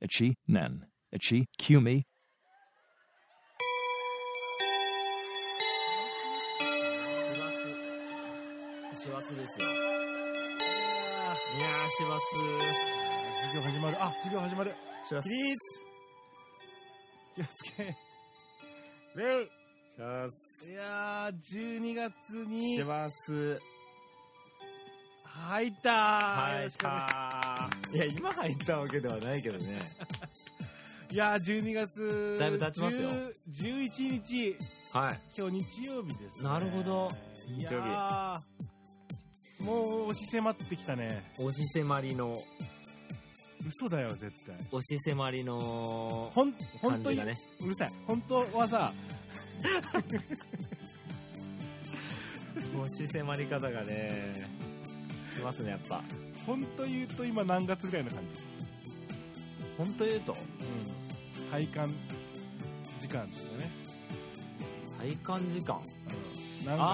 Ichi Nen. Ichi Kumi. Shivatsu. 授業始まるあ授業始まる Shivatsu. 起立気をつけレイいやー12月にます。入ったーよ入ろっしくお願いたー。いや、今入ったわけではないけどね。いやー12月だいぶ経ちますよ10 11日 はい。今日日曜日ですねなるほどいやーもう押し迫ってきたね押し迫りの、嘘だよ絶対押し迫りの、ほん本感当じに、がね。うるさい本当はさ押し迫り方がね、しますね、やっぱ。本当言うと今何月ぐらいの感じ本当言うと、うん体感時間とかね、体感時間。うん、なんか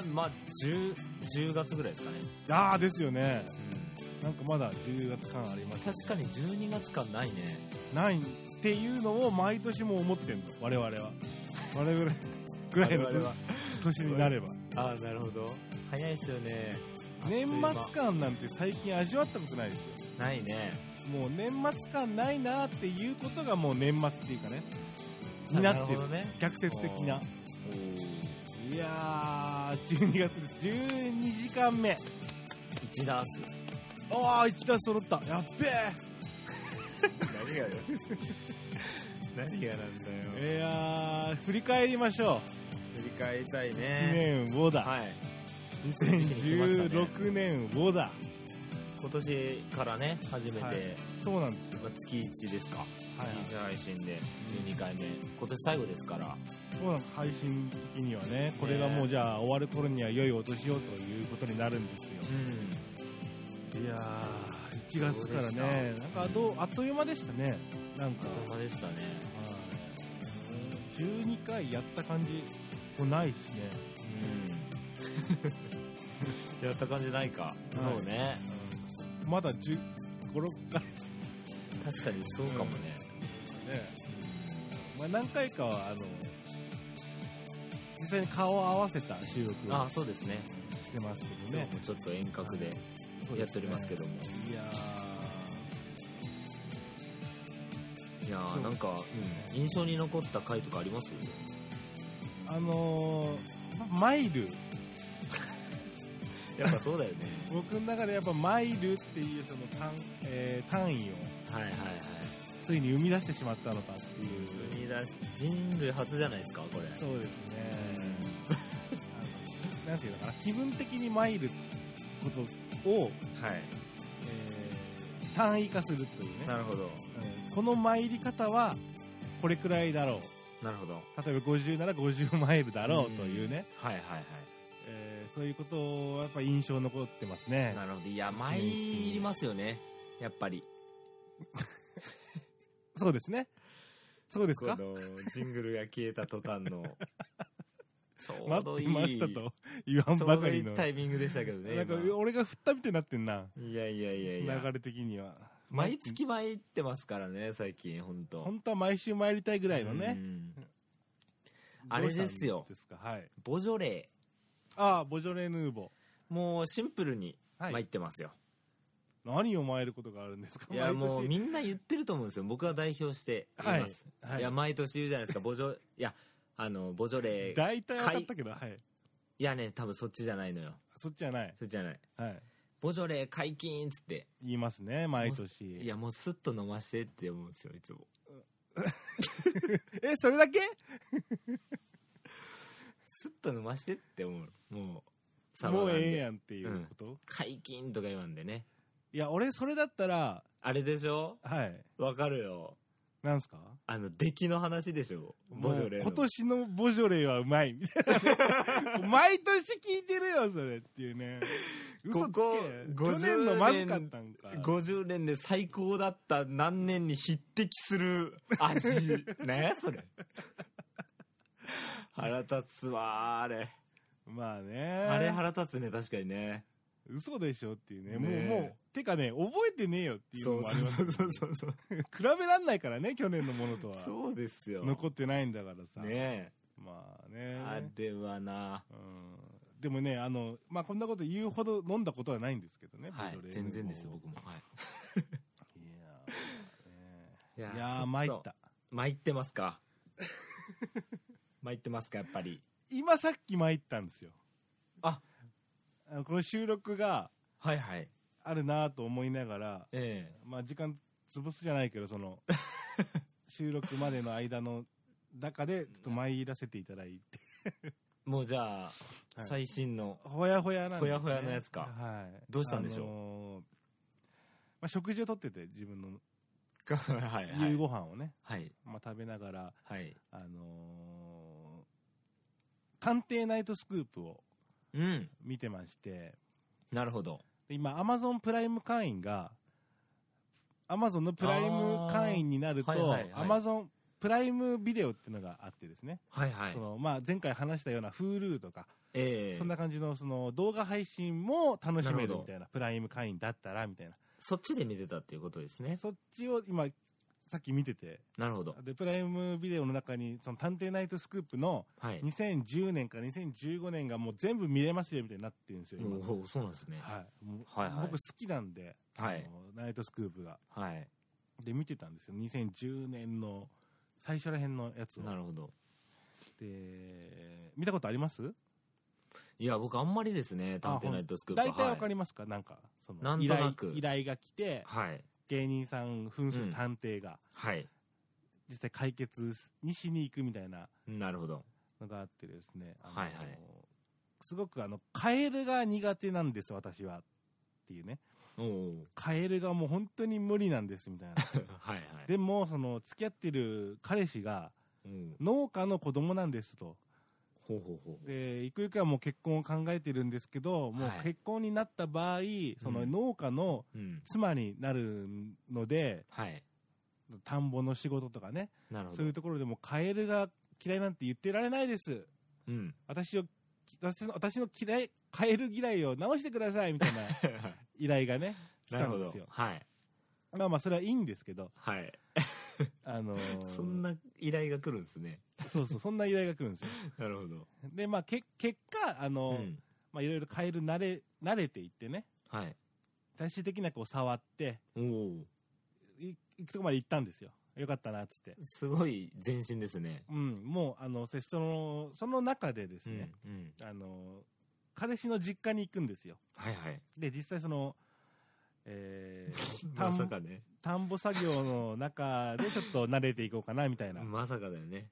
あー、まあ、10、10月ぐらいですかね。ああですよねうん。なんかまだ10月間あります確かに12月間ないね。ないっていうのを毎年もう思ってんの我々は我々ぐら我い々のは年になればあー、なるほど。早いですよね。年末感なんて最近味わったことないですよないね。もう年末感ないなーっていうことがもう年末っていうかねになってるるほどね。逆説的なおーいやー12月です12時間目一ダース。ああ1打揃ったやっべえ何がよ。 何がなんだよ。いやー、振り返りましょ。振り返りたいうね。 1年をだ。はい。 2016年をだ。今年からね、初めて、はいそうなんですよ。まあ、月1ですか。はいはい月1配信で12回目。今年最後ですから。そうなんです配信的にはね、これがもうじゃあ終わる頃には良いお年をということになるんでうすよ。いやー、1月からね、なんかどう、あっという間でしたね。なんか、頭でしたね。はい12回やった感じもないしね。 うん。やった感じないか。そうね。まだ15、6回確かにそうかもね。ね。まあ、何回かはあの実際に顔を合わせた収録あをそうですね。してますけど今ね日もちょっと遠隔でやっておりますけども。いやいやー、なんか、うん印象に残った回とかありますーあのーマイルやっぱそうだよね。僕の中でやっぱマイルっていうその単,、えー単位を はいはいはい。ついに生み出してしまったのかっていう生み出し人類初じゃないですか、これ。そうですねあのなんていうのかな気分的にマイルことを、はい。えー単位化するというねなるほど。うんこの参り方はこれくらいだろうなるほど。は例えば50なら50マイルだろうというね、いはいはい。えーそういうことはやっぱ印象残ってますねなるほど。いや、参りますよね。やっぱり。そうですねそうですこかの、ジングルが消えた途端 の、ちょう待っどていい。ましたと言わんちょばうかどいりいのタイミングでしたけどね。なんか今俺が振ったみたいになってんないやいやいやいや流。れ的には毎月参ってますからね、最近、ほんと。本当は毎週参りたいぐらいのねうん。どうしたんあれですよですかはいボジョレああボジョレ・ヌーボーー。もうシンプルにはい参ってますよ。何を参ることがあるんですかいや、もう毎みんな言ってると思うんですよ。僕は代表して言います。、年はいいや、毎年言うじゃないですか、ボジョ、いや、あの、ボジョレー。大体分かったけどはいいやね、多分そっちじゃないのよ。そっちじゃないそっちじゃない。はいボジョレー解禁っつって。言いますね毎年いや、もうスッと飲ましてって思うんですよ、いつも。えそれだけスッと飲ましてって思う。もう、騒もがんうでええやんっていうこと、解禁とか言わんでね。いや俺それだったらあれでしょはいわかるよ。なんすかあの、出来の話でしょボジョレーの。もう今年のボジョレーはうまい みたいな毎年聞いてるよそれっていうね嘘つこけこ去年のまずかったんか50年で最高だった何年に匹敵する味。 何やそれ。腹立つわ、あれ。まあねあれ腹立つね、確かにね。嘘でしょっていうね。ねえもう、もう、てかね、覚えてねえよっていうそのうもあります。そうそうそうそう。比べらんないからね、去年のものとは。そうですよ。残ってないんだからさ。ねまあえ。ね。あれはな。うんでもね、あの、まあ、こんなこと言うほど飲んだことはないんですけどね。はいボト。レーヌ全然ですも僕も。はいやい。いー、いやー参っ。ちょとた。参ってます か。参ってますか、やっぱり。今さっき参ったんですよ。ああのこの収録がはいはい。あるなと思いながら、えまあ、時間潰すじゃないけど、そ の、収録までの間の中で、ちょっと参らせていただいて。え。もうじゃあ、はい最新の。ほやほやなんです、ね。ほやほやのやつかはい。どうしたんでしょうう。まあ、食事をとってて、自分の はいはい夕。ご飯をね、はい。まあ、食べながら、はい。あのー探偵ナイトスクープをうん。見てまして、なるほど。今、アマゾンプライム会員が、アマゾンのプライム会員になるとあーはいはい、はアいマゾンプライムビデオっていうのがあってですね、はいはいそ。のまあ、前回話したような Hulu とか、ええ。そんな感じのその動画配信も楽しめなるるほどみたいな、プライム会員だったらみたいな、そっちで見てたっていうことですね。そっちを今、さっき見てて、なるほど。でプライムビデオの中に、その探偵ナイトスクープの、はい。 2010年から2015年がもう全部見れますよみたいになってるんですよ、今。おおそうなんですね。はい。もうはいはい僕好きなんで、はいあのナイトスクープが。はい。で、見てたんですよ。2010年の最初ら辺のやつを。なるほど。で、見たことありますいや、僕あんまりですね、探偵ナイトスクープ。あほん大体わはかいりますか、なんか、その、なんとなく依頼依頼が来て、はい。芸人さん扮すうるん探偵が、はい。実際解決にしに行くみたいななるほど。のがあってですね。あのはいはいすごくあの、カエルが苦手なんです、私は。っていうね。 おお。カエルがもう本当に無理なんですみたいな。はいはい。でも、その、付き合ってる彼氏がうん、農家の子供なんですと。ほうほうほう。で、ゆくゆくはもう結婚を考えてるんですけど、もうはい結婚になった場合、そのうん農家のうん。妻になるので、はい。田んぼの仕事とかね、なるほそういうど。ところでもうカエルが嫌いなんて言ってられないです。 うん。私を、私の、私の嫌い、カエル嫌いを直してくださいみたい な依頼がね、来なるたほんでどすよ。。はい。まあまあ、それはいいんですけど、はい。あのー そんな依頼が来るんですね。そうそう、そんな依頼が来るんですよ。なるほど。で、まあ、け結果、あの、うん。まあ、いろいろカエル慣れ、慣れていってね、はい。最終的にはこう触って、おお。い行くとこまで行ったんですよ。よかったな、っつって。すごい前進ですね。うん、もう、あの、でその、その中でですね、うん。うん。あの、彼氏の実家に行くんですよ。はいはい。で、実際その、えー 田まさんかね。 田んぼ作業の中でちょっと慣れていこうかなみたいな、まさかだよね。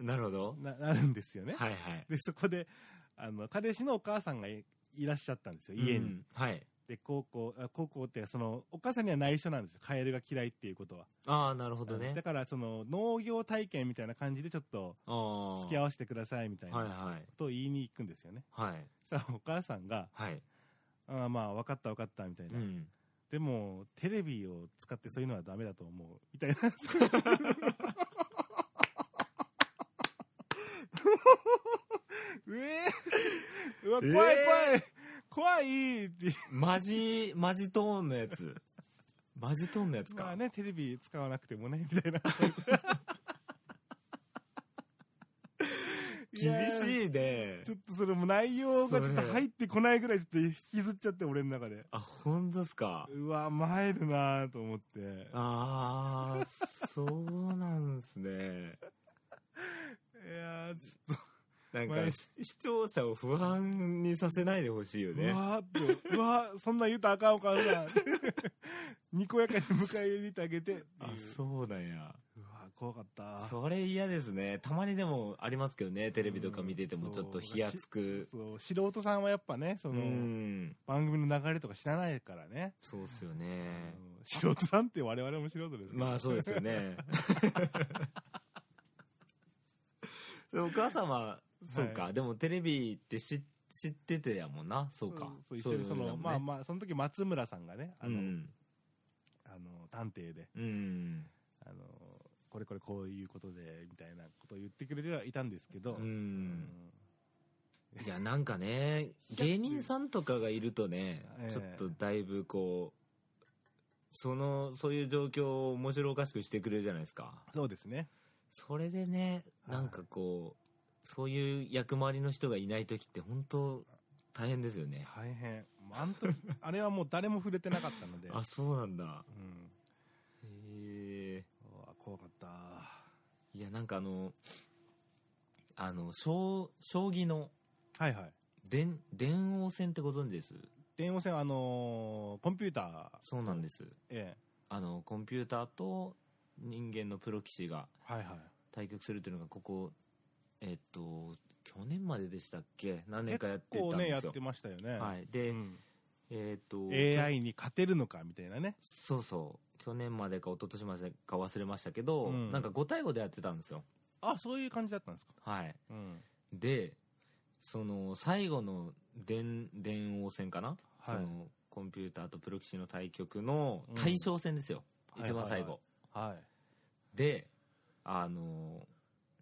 なるほど。ななるんですよね、はいはい。でそこであの彼氏のお母さんがいいらっしゃったんですよ家に、うん。はい。で高校あ高校ってそのお母さんには内緒なんですよカエルが嫌いっていうことは、ああ、なるほどねだ。からその農業体験みたいな感じでちょっとああ。付き合わせてくださいみたいなはいこはい。とを言いに行くんですよねはい。さあお母さんがはい。 「ああまあ分かった分かった」みたいうな、ん。でもテレビを使ってそういうのはダメだと思うみたいなうえー、うわ怖い怖い、怖いってマジ、マジトーンのやつ。マジトーンのやつか。まあね、テレビ使わなくてもね、みたいな。厳いやしいねー。ちょっとそれも内容がちょっとそれ入ってこないぐらいちょっと引きずっちゃって、俺の中で。あ、本当ですか。うわ、参るなーと思って。ああ、そうなんですね。いやー、ちなんまあか、し視聴者を不安にさせないでほしいよょっと、ねう。わーっと、うわー、そんなん言うたらあかんおかんさん。 にこやかに迎え入れてあげてっていう。あ、そうなんや。うわー、怖かった。それ嫌ですね。たまにでもありますけどね、テレビとか見ててもちょっとうん火がつく。そう、素人さんはやっぱね、そうの、ん。番組の流れとか知らないからね。そうっすよね。うん素人さんって我々も素人ですけどまあそうですよ ね。でお母様、そうか、でもテレビって知知っててやもんな、そうか。そう一緒にそのういうだもんねまあまあその時松村さんがねあうの、ん。あの探偵でうん。あのこれこれこういうことでみたいなことを言ってくれてはいたんですけど、う。うんんいや、なんかね、芸人さんとかがいるとねえ、えちょっとだいぶこう、その、そういう状況を面白おかしくしてくれるじゃないですか。そうですね。それでね、はいなんかこう、そういう役回りの人がいない時って本当大変ですよね。大変。もうあんと あれはもう誰も触れてなかったので。あ、そうなんだ。うん。へえ。うわ怖かった。いや、なんかあの、あの、将、将棋のはいはい。電、電王戦ってご存知です電話線はあのーコンピューター、そうなんです。ええ。あの、コンピューターと人間のプロ棋士がはいはい。対局するというのがここえっと去年まででしたっけ何年かやって結た構んね、でやすよ、ってましたよね。はいで、うんえっと AI に勝てるのかみたいなね。そうそう去年までか一昨年までか忘れましたけど、うんなんか5対5でやってたんですよあ、そういう感じだったんですか。はいうん。でその最後の電電王戦かな、はいそのコンピューターとプロ棋士の対局の大将戦ですよ、うん一番最後、はであの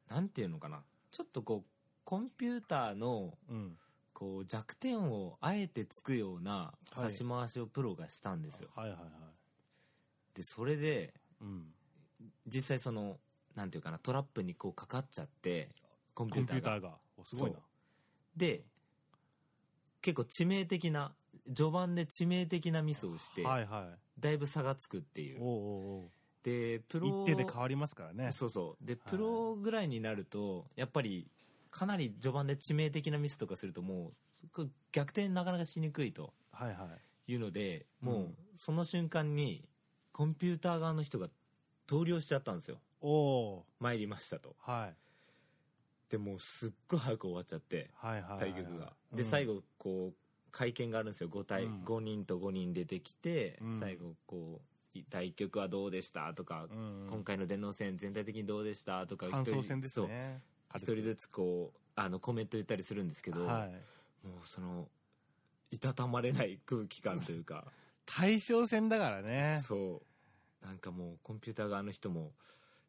なんていうのかなちょっとこうコンピューターのい。うん。こう弱点をあえてつくようなは差いし回しをプロがしたんですよ。はいはいはい。で、それで、うん。実際その、なんていうかな、トラップにこうかかっちゃって、コンコピュンータピューータが。ーが。おすごいなそ。で、結構致命的な、序盤で致命的なミスをして、はいはだいぶ差がつくっていい。おうう。おうで、プロ、おう。一手で変わりますからね。そうそう。で、いプロぐらいになると、やっぱり、かなり序盤で致命的なミスとかするともう、これ逆転なかなかしにくいと。はいはい。いうので、うもうんその瞬間にコンピューター側の人が投了しちゃったんですよ。おお参りましたと。うはい。で、もうすっごい早く終わっちゃって、はいはいはいはい。対局が。うんで、最。後、こう、会見があるんですよ。5対、うん5人と5人出てきて、うん最後、こう、い対局はどうでしたとか、うん今回の電脳戦全体的にどうでしたとか、感一人想戦ですそうね。一人ずつこう、あの、コメント言ったりするんですけど、はい。もうその、いたたまれない空気感というか、対象戦だから ね。そう。なんかもうコンピューター側の人も、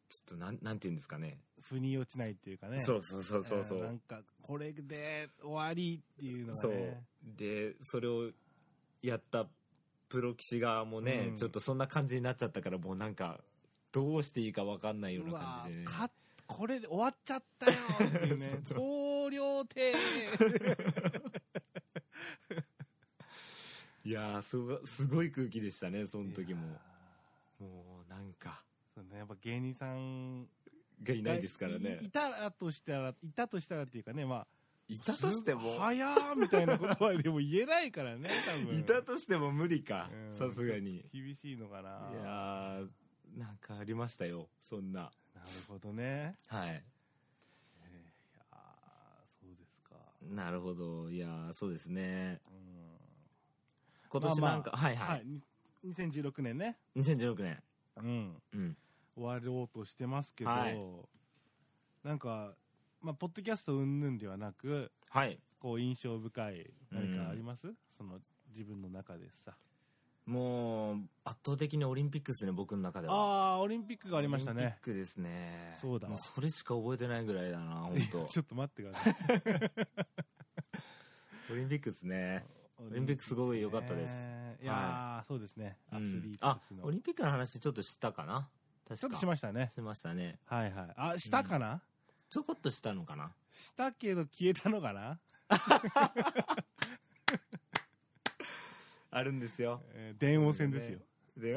ちょっとなん、なんて言うんですかね。腑に落ちないっていうかね。そうそうそうそうそんな。うんか、これで終わりっていうのがそうね。。で、それをやったプロ棋士側もね、うんちょっとそんな感じになっちゃったから、もうなんか、どうしていいかわかんないような感じでねう。わかこれで終わっちゃったよってい うね。投了亭いやーすご、すごい空気でしたね、その時も。もうなんか、そうね、やっぱ芸人さんがいないですからねいい。たらとしたら、いたとしたらっていうかね、まあ。いたとしても、早ーみたいなことはでも言えないからね、多 分。いたとしても無理かうん、さすがに。い厳しいのかな。やーなんかありましたよ、そんな。なるほどね。はい。いやーそうですか。なるほど。いやーそうですね。うん。今年まあまあなんか、はいはい。はい。に2016年ね。 2016年。うん。うん。終わろうとしてますけど、はいなんか、まあ、ポッドキャスト云々ではなく、はい。こう、印象深い何かあります、その、自分の中でさ。もう、圧倒的にオリンピックですね、僕の中では。あ、あー、オリンピックがありましたオリンピね。ックですね。そうだもそれしか覚えてないぐらいだな、本 ちょっと待ってくだ さい。当オリンピックですね。オリンピックすごい良かったですねいやー、そうですね。アスリートあたち、の。オリンピックの話ちょっとしたかな確かちょっとしましたね。しましたね。はいはい。あ、したかな、ちょこっとしたのかなしたけど消えたのかな、あるんですよ。えー電王戦ですよ。で、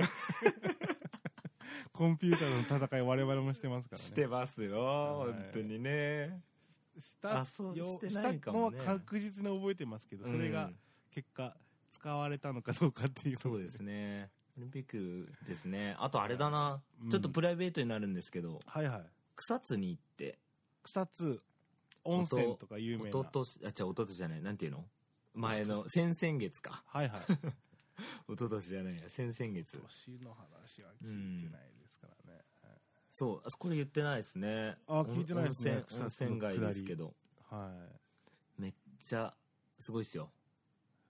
コンピューターの戦い我々もしてますから ね。してますよ、はい本当にね。したあそうしよてないかもねしたのは確実に覚えてますけど、それうがん結果、使われたのかどうかっていう。そうです。ね。オリンピックですね。あとあれだなう。んちょっとプライベートになるんですけど、はいはい。草津に行って、草津、温泉とか有名おな。ととし、あ、違う、おととしじゃない、なんていうの前の、先々月か。は いはい。おととしじゃないや、先々月。年の話は聞いてないですからね。そう、あそこで言ってないですね。あ聞いてないですね温泉温草津の泉下り街ですけど、はい。めっちゃ、すごいですよ。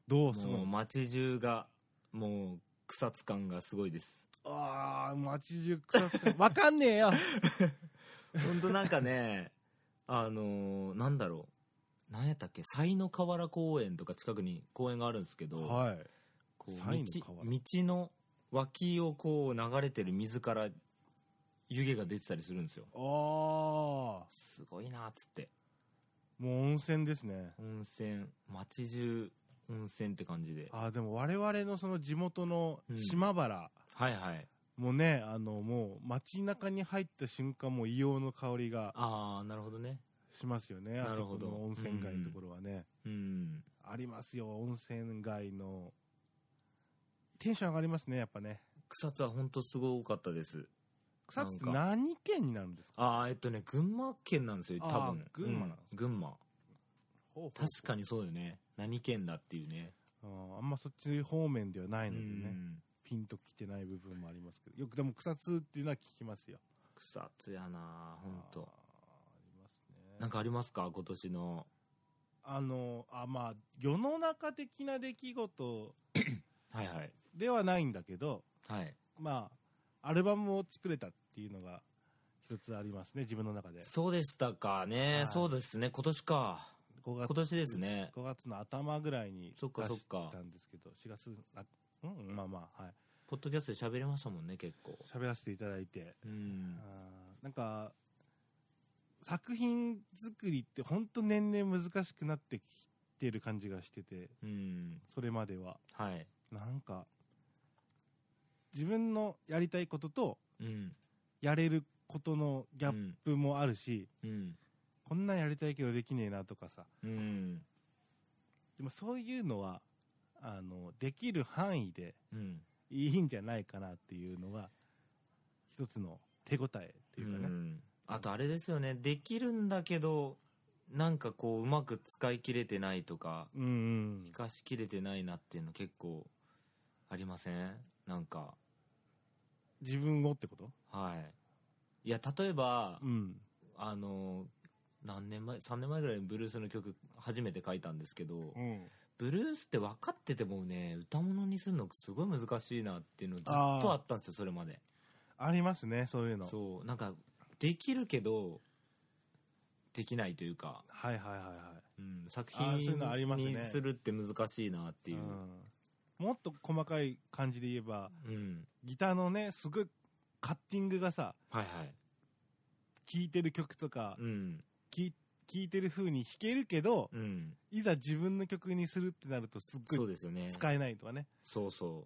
どうすごもいう街中が、もう、草津感がすごいです。ああ、街中草津か。わかんね えよ。ほんとなんかね、あのーなんだろう。何やったっけ才の河原公園とか近くに公園があるんですけど、はい。こう道賽の河原道の脇をこう流れてる水から湯気が出てたりするんですよああ、すごいなっつってもう温泉ですね。温泉街中温泉って感じでああ、でも我々のその地元のうん島原はいはいもね、あの、もう街中に入った瞬間もう硫黄の香りがああなるほどねしますよね。なるほどあそこの温泉街のところはね。うんありますよ、温泉街の。テンション上がりますね、やっぱね。草津は本当すごかったです草津ってなんか何県になるんですかああえっとね群馬県なんですよ多分あー群馬なんですねうん群馬ほうほうほう確かにそうよね何県だっていうねあーあんまそっち方面ではないのでうね、んピンときてない部分もありますけど、よくでも草津っていうのは聞きますよ。草津やな本あー当。ありますね。なんかありますか今年のあの、あ、まあ、世の中的な出来事はいはいではないんだけど、はいまあ、アルバムを作れたっていうのが一つありますね、自分の中で。そうでしたかね、はいそうですね今年か5今月年ですね5月の頭ぐらいにそっかそっか出したんですけど、4月、あうん、まあまあ、はい。ポッドキャストで喋れましたもんね結構喋らせていただいて、うんあーなんか、作品作りって本当年々難しくなってきてる感じがしてて、うんそれまでは。はいなんか、自分のやりたいことと、うんやれることのギャップもあるし、うんこんなんやりたいけどできねえなとかさ。うんでもそういうのは、あの、できる範囲でうんいいんじゃないかなっていうのが、一つの手応えっていうかね。ん、あとあれですよねできるんだけどなんかこううまく使い切れてないとかうん、うん生。かしきれてないなっていうの結構ありませんなんか自分をってことはいいや例えば、うん。あの何年前3年前ぐらいにブルースの曲初めて書いたんですけど、うん。ブルースって分かっててもね歌物にするのすごい難しいなっていうのずっとあったんですよそれまでありますね、そういうの。そうなんかできるけどできないというかはいはいはいはうん、作あーそういうのあり品ますねにするって難しいなってい。いう、んもっと細かい感じで言えば、うん、ギターのね、すごいカッティングがさ、はいはい、聴いてる曲とか、うん聴聴いてる風に弾けるけど、うん、いざ自分の曲にするってなるとすっそごういですよね使えないとかね。そうそ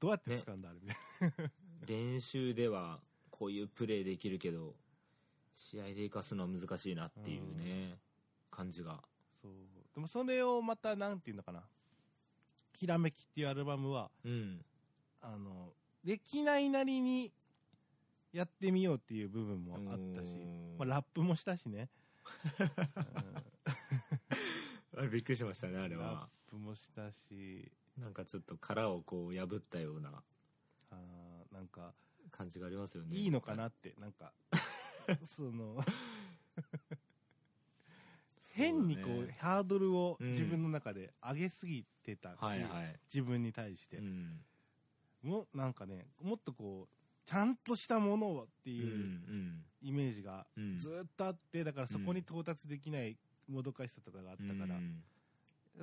どうやって使うんだ、あれみたいな。う練習ではこういうプレーできるけど試合で生かすのは難しいなっていうね、感じがそう。でもそれをまた、なんていうのかな。ひらめきっていうアルバムは、うんあの、できないなりにやってみようっていう部分もあったう、しんまあ、ラップもしたしね。うんあれ びっくりしましたねあれラッはプもしたし、なんかちょっと殻をこう破ったようなあーなんか、感じがありますよねいいのかなって、なん か、その、変にこそううね、ハードルをうん自分の中で上げすぎてたし、はいはい、自分に対してう。んもうなんかね、もっとこう、ちゃんとしたものをってうんいうイメージがうんうんずーっとあって、だからそこに到達できないもどかしさとかがあったから、うん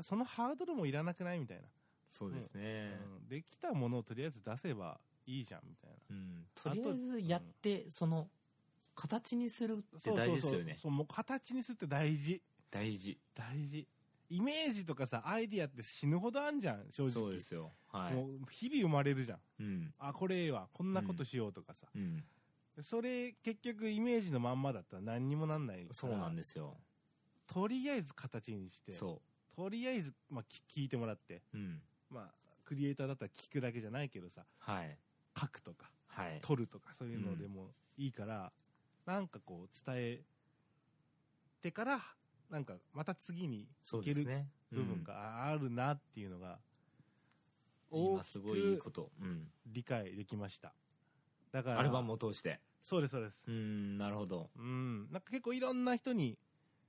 そのハードルもいらなくないみたいな。そうですね、うんできたものをとりあえず出せばいいじゃんみたいな。うんとりあえずやって、その形にするってそうそう大そう事ですよねそう、もう形にするって大事。大事大事。イメージとかさ、アイディアって死ぬほどあんじゃん、正直。そうですよはいもう日々生まれるじゃん。うんあ、これええわ。こんなことしようとかさ。うんそれ、結局イメージのまんまだったら何にもなんないから。そうなんですよとりあえず形にして、そとりあえず、まあ、き聞いてもらって、ううんまあ、クリエイターだったら聞くだけじゃないけどさ、はい書くとか、はい撮るとか、そういうのでもいいから、なんかこう、伝えてから、なんか、また次にそいうけでするね部分ががあるなっていうのが、大今きすごいいいくことうん理解できました。だから、アルバムを通してそうです、そうですう。んなるほどうん、なんか結構いろんな人に、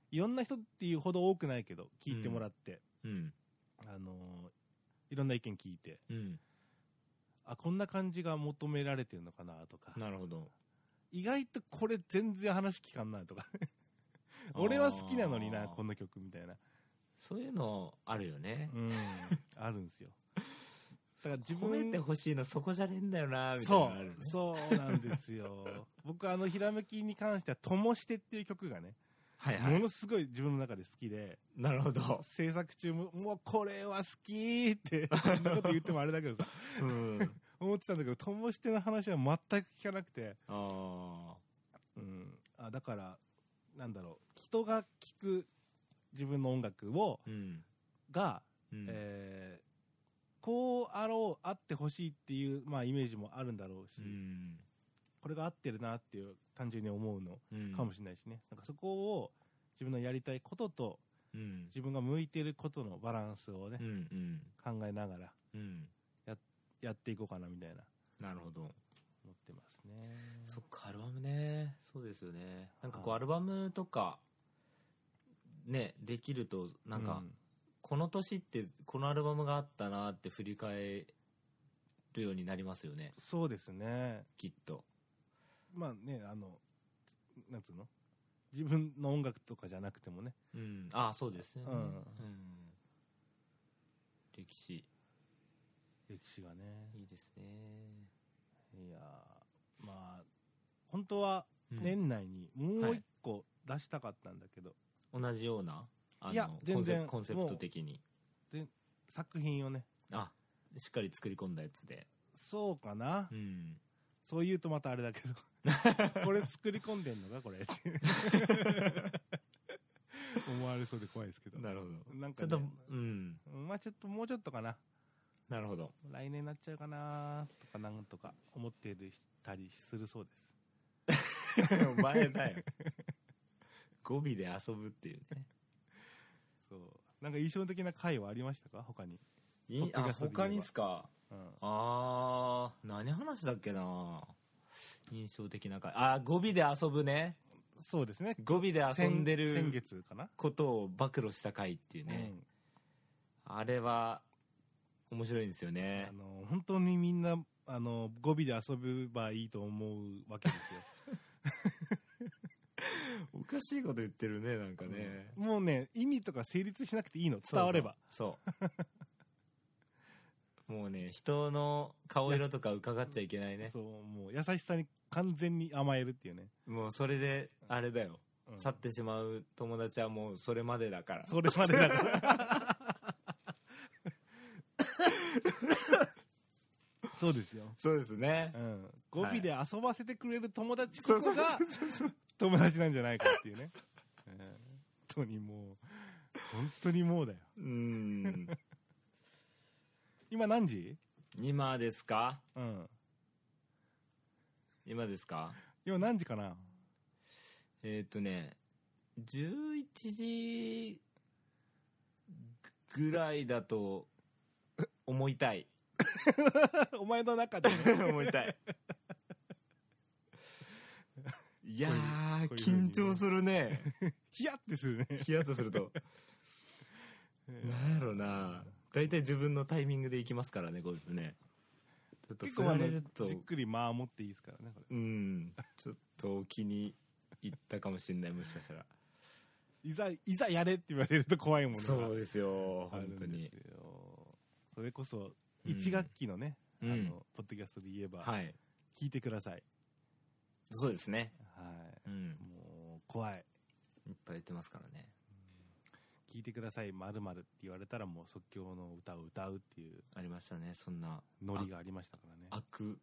いろんな人っていうほど多くないけど、聞いてもらって、うんあのーいろんな意見聞いて、うんあ、こんな感じが求められてるのかなとか、なるほど 意外とこれ全然話聞かんないとか、俺は好きなのにな、あーこの曲みたいな。そういうのあるよね。 うん。あるんですよ。だから自褒分めてほしいのそこじゃねえんだよな、みたいなそのあるね。う、そうなんですよ。僕、あの、ひらめきに関しては、ともしてっていう曲がね、はいはもい。のすごい自分の中で好きで、なるほど。制作中も、もうこれは好きーって、そんなこと言ってもあれだけどさ、うん。思ってたんだけど、ともしての話は全く聞かなくて、 あうん。あ、だから、なんだろう、人が聞く自分の音楽を、ーうん。が、うんえーこうあろう、あってほしいっていう、まあ、イメージもあるんだろうし、うんこれが合ってるなっていう、単純に思うのうん。かもしれないしね。なんかそこを、自分のやりたいことと、うん。自分が向いてることのバランスをねう、んうん。考えながらうん。やっていこうかなみたいな、なるほど。思ってますね。そっか、アルバムね。そうですよね。なんかこはう、アいルバムとか、ね、できると、なんうか、この年って、このアルバムがあったなって振り返るようになりますよね、そうですね。きっと。まあね、あの、なんつうの自分の音楽とかじゃなくてもね、うん。ああ、そうですよね。うんうん歴史、歴史がね。いいですね。いやーまあ、本当はうん年内にもうは一い個出したかったんだけど、同じような、あのいや全然コンセコンセプト的に。作品をね、あ、しっかり作り込んだやつで。そうかな、うん。そう言うとまたあれだけ ど、これ作り込んでんのかこれって思われそうで怖いですけど。なるほど。なんちょかっね、と、うん。まあちょっともうちょっとかな。なるほど。来年になっちゃうかなとかなんとか思ってるたりするそうです。 お前だよ。語尾で遊ぶっていうね。そう。なんか印象的な回はありましたか他に。いいポッドキあ、ャストで言えば他にっすかうん。あー、何話したっけな印象的な回。あー、語尾で遊ぶね。そうですね。語尾で遊んでる先先月かな、ことを暴露した回っていうね。あれは、面白いんですようん。ねあ。の、本当にみんな、あの、語尾で遊べばいいと思うわけですよ。おかしいこと言ってるね、なんかね。 もうね、意味とか成立しなくていいの。伝われば。そうそう。そう。もうね、人の顔色とか伺っちゃいけないね。そうもう優しさに完全に甘えるっていうね。もうそれで、あれだよ。うん去ってしまう友達はもうそれまでだから。それまでだから。 そうですよ。そうですねう。ん。語は尾いで遊ばせてくれる友達こそが、友達なんじゃないかっていうね。うん 本当にもう、本当にもうだよ。 うん。今何時今ですかうん。今ですか今何時かなえーっ、とね、11時ぐらいだと思い たい。 お前の中でね、思いた い。いやー、こういうこういう風にね緊張するね。 ヒヤッてするね。 ヒヤッとする と。なんやろな。大体自分のタイミングで行きますからね、こうやってね。ちょっと結振構あらのれるとじっ、くり間持っていいですからね、これうん、ちょっと気に入ったかもしれない、もしかしたら。いざ、いざやれって言われると怖いもんね。そうですよ、ある本当んでにす。よ。それこそ、うん1学期のね、うあんの、、ポッドキャストで言えば、はい。聞いてください。そうですね。はうんい。。もう、怖い。いっぱい言ってますからね。聞いてください、まるまるって言われたらもう即興の歌を歌うっていうありましたね、そんなノリがありましたからね。悪、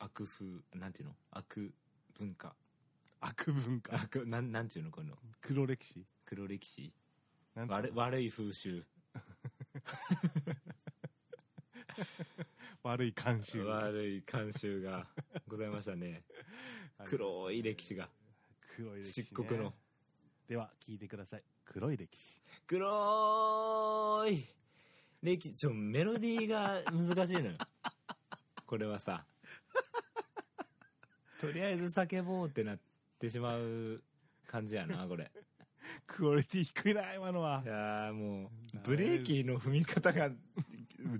悪風、なんていうの悪文化。悪文化。悪、なん、なんていうのこの、黒歴史。黒歴史なんて悪い、悪い風習。悪い慣習。悪い慣習がございましたね。黒い歴史が。黒い歴史、ね。漆黒の。では、聞いてください。黒い歴史。黒い歴史、ちょ、メロディーが難しいのよ。これはさ。とりあえず叫ぼうってなってしまう感じやな、これ。。クオリティ低いな、今のはいやーもう、ブレーキの踏み方が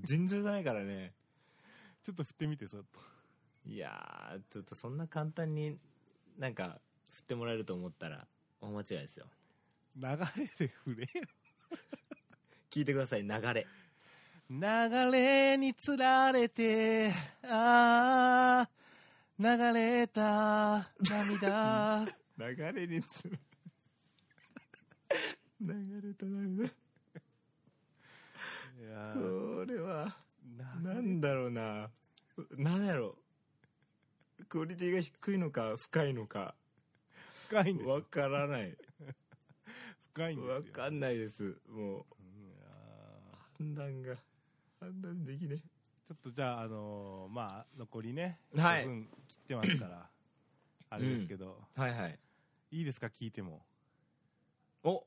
尋常じゃないからね。ちょっと振ってみて、そっと。いやー、ちょっとそんな簡単になんか振ってもらえると思ったら大間違いですよ。流れで触れよ。聞いてください、流れ。流れにつられて、ああ、流れた 涙。流れに つ流れた涙。いやーこれは、ななんだろうな。なんやろう。クオリティが低いのか、深いのか、深いんですわよ。からない。深いんですよ。わかんないです。もう、うんいやー判断が、判断できねちょっとじゃあ、あのーまあ、残りね、はい5分切ってます から、あれですけど、え。はいはい。いいですか、聞いても。お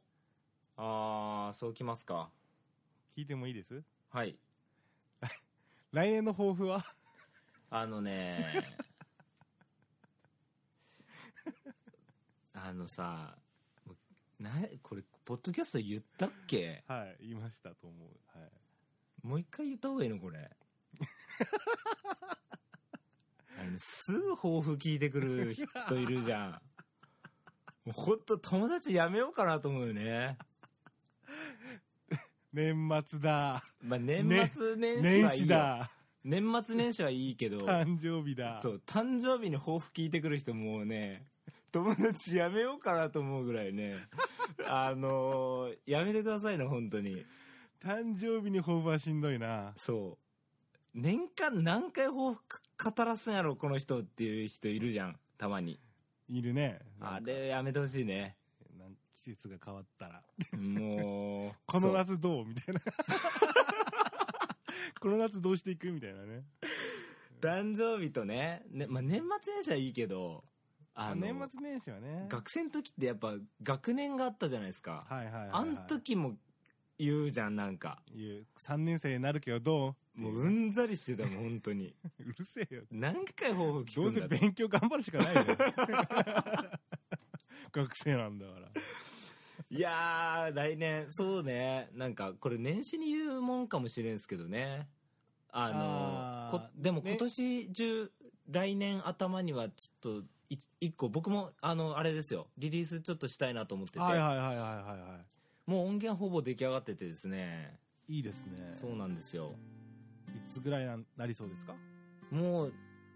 あー、そうきますか。聞いてもいいですはい。来年の抱負は あのねあのさ、もうな、これ、ポッドキャストで言ったっけはい、言いましたと思う。はい。もう一回言った方がいいのこれ。 あのねすぐ抱負聞いてくる人いるじ ゃん。もうほんと友達やめようかなと思うよね。年末だ。まあ、年末年始はいい年よ始だ。年末年始はいいけ ど、誕生日だ。そう、誕生日に抱負聞いてくる人もうね、 友達やめようかなと思うぐらいね。 あのーやめてくださいね、本当に。誕生日に抱負はしんどいな。そう。年間何回抱負語らすんやろ、この人っていう人いるじゃん、たまに。いるね。あれやめてほしいね。なんか季節が変わったら。もう。 このそう夏どうみたいな。 この夏どうしていくみたいなね。誕生日とね、ねまあ、年末年始はいいけど、あの、年末年始はね。学生の時ってやっぱ学年があったじゃないですか。はいはいはい、はい。あん時も言うじゃん、なんか。いう3年生になるけどどうもううんざりしてたもん、本当 に。うるせえよ。何回抱負聞どうくんせだと。勉強頑張るしか ないよ。学生なんだから。いやー、来年、そうね、なんか、これ年始に言うもんかもしれんすけどね。あの、あーこでもね今年中、来年頭にはちょっと、い一個、僕も、あの、あれですよ、リリースちょっとしたいなと思ってて、はいはいはいはいはいはもう音源ほぼ出来上がっててですね、い。いいですね。そうなんですよ。いつぐらいなんなりそうですかもう、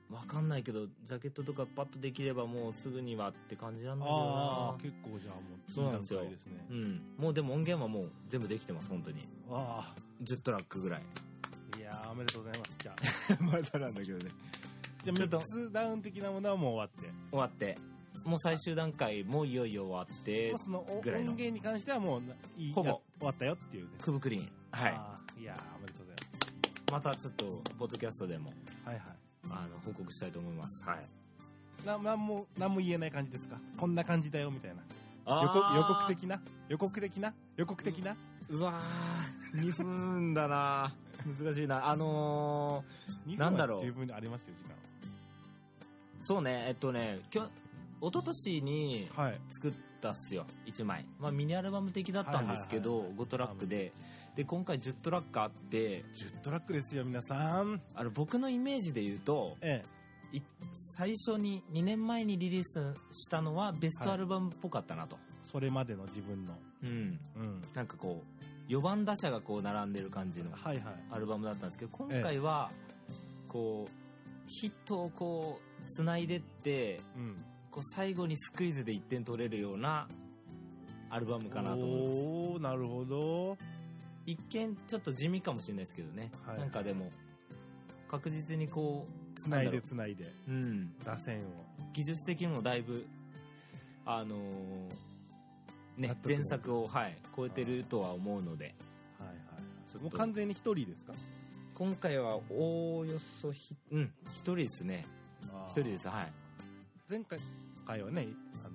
わかんないけど、ジャケットとかパッとできればもうすぐにはって感じなんだけどあなあ、。結構じゃあもう、そうなんですよいい段階ですね。うん。もうでも音源はもう全部できてます、本当に。あ10トラックぐらい。あ、いやーおめでとうございます。じゃあ、 まだなんだけどね。じゃちょっとあ3つダウン的なものはもう終わって。終わって。もう最終段階、もういよいよ終わってまあ、そのお音ぐらいの源に関してはもうないいほぼや終わったよっていうね。クブクリーン。はい。あーいやーおめでとうございまたちょっと、ポッドキャストでも、ます。はいはい。あの、報告したいと思います。はい。ななんもなんも言えない感じですかこんな感じだよみたいなあ予告ー予告的な予告的な予告的な、うわー、2分だな難しいな。あの二なんだ分ろはう十分ありますよ時ー、そうね、えっとね、今日、一昨年に間はい作ったっすよ、1枚。まあ、ミニアルバム的だったんですけはいど、はいはい5トラックで。で、今回10トラックあって、 10トラックですよ皆さんあの、僕のイメージで言うと、えい最初に2年前にリリースしたのはベストアルバムっぽかったなと、えそれまでの自分のうんうんなんかこう4番打者がこう並んでる感じのはいはいアルバムだったんですけど今回はこうヒットをこうつないでってうんこう最後にスクイズで1点取れるようなアルバムかなと思いますおーなるほど一見ちょっと地味かもしれないですけどね、はいなんかでも確実にこつないなんだろでうつないでう、うん、打線を技術的にもだいぶあのー納ね得前作をはい超えてるとは思うのではいはいちょっともう完全に一人ですか今回はおおよそひうん一人ですね一一人ですはい前回回はねあ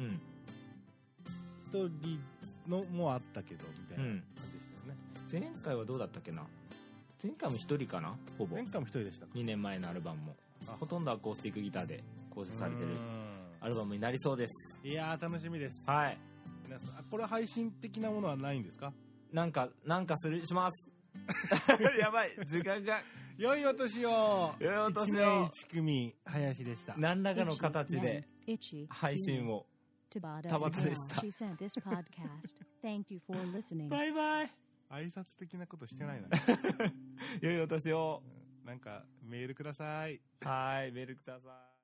のうん一人のもあったけどみたいなうん感じでしたよね、前回はどうだったっけな前回も一人かなほぼ前2回も一人でしたか年前のアルバムもあほとんどアコースティックギターで構成されてるアルバムになりそうですいやー楽しみですはい皆さんあこれ配信的なものはないんですかなんかなんかするします やばい時間 が良いお年を良いお年を一年一組林でした何らかの形で itchy, 配信を Tabata, Tabata Tabata でした。 She sent this podcast. Thank you for listening. バイバイ挨拶的なことしてない な。良いお年をなんか、メールください。はいメールください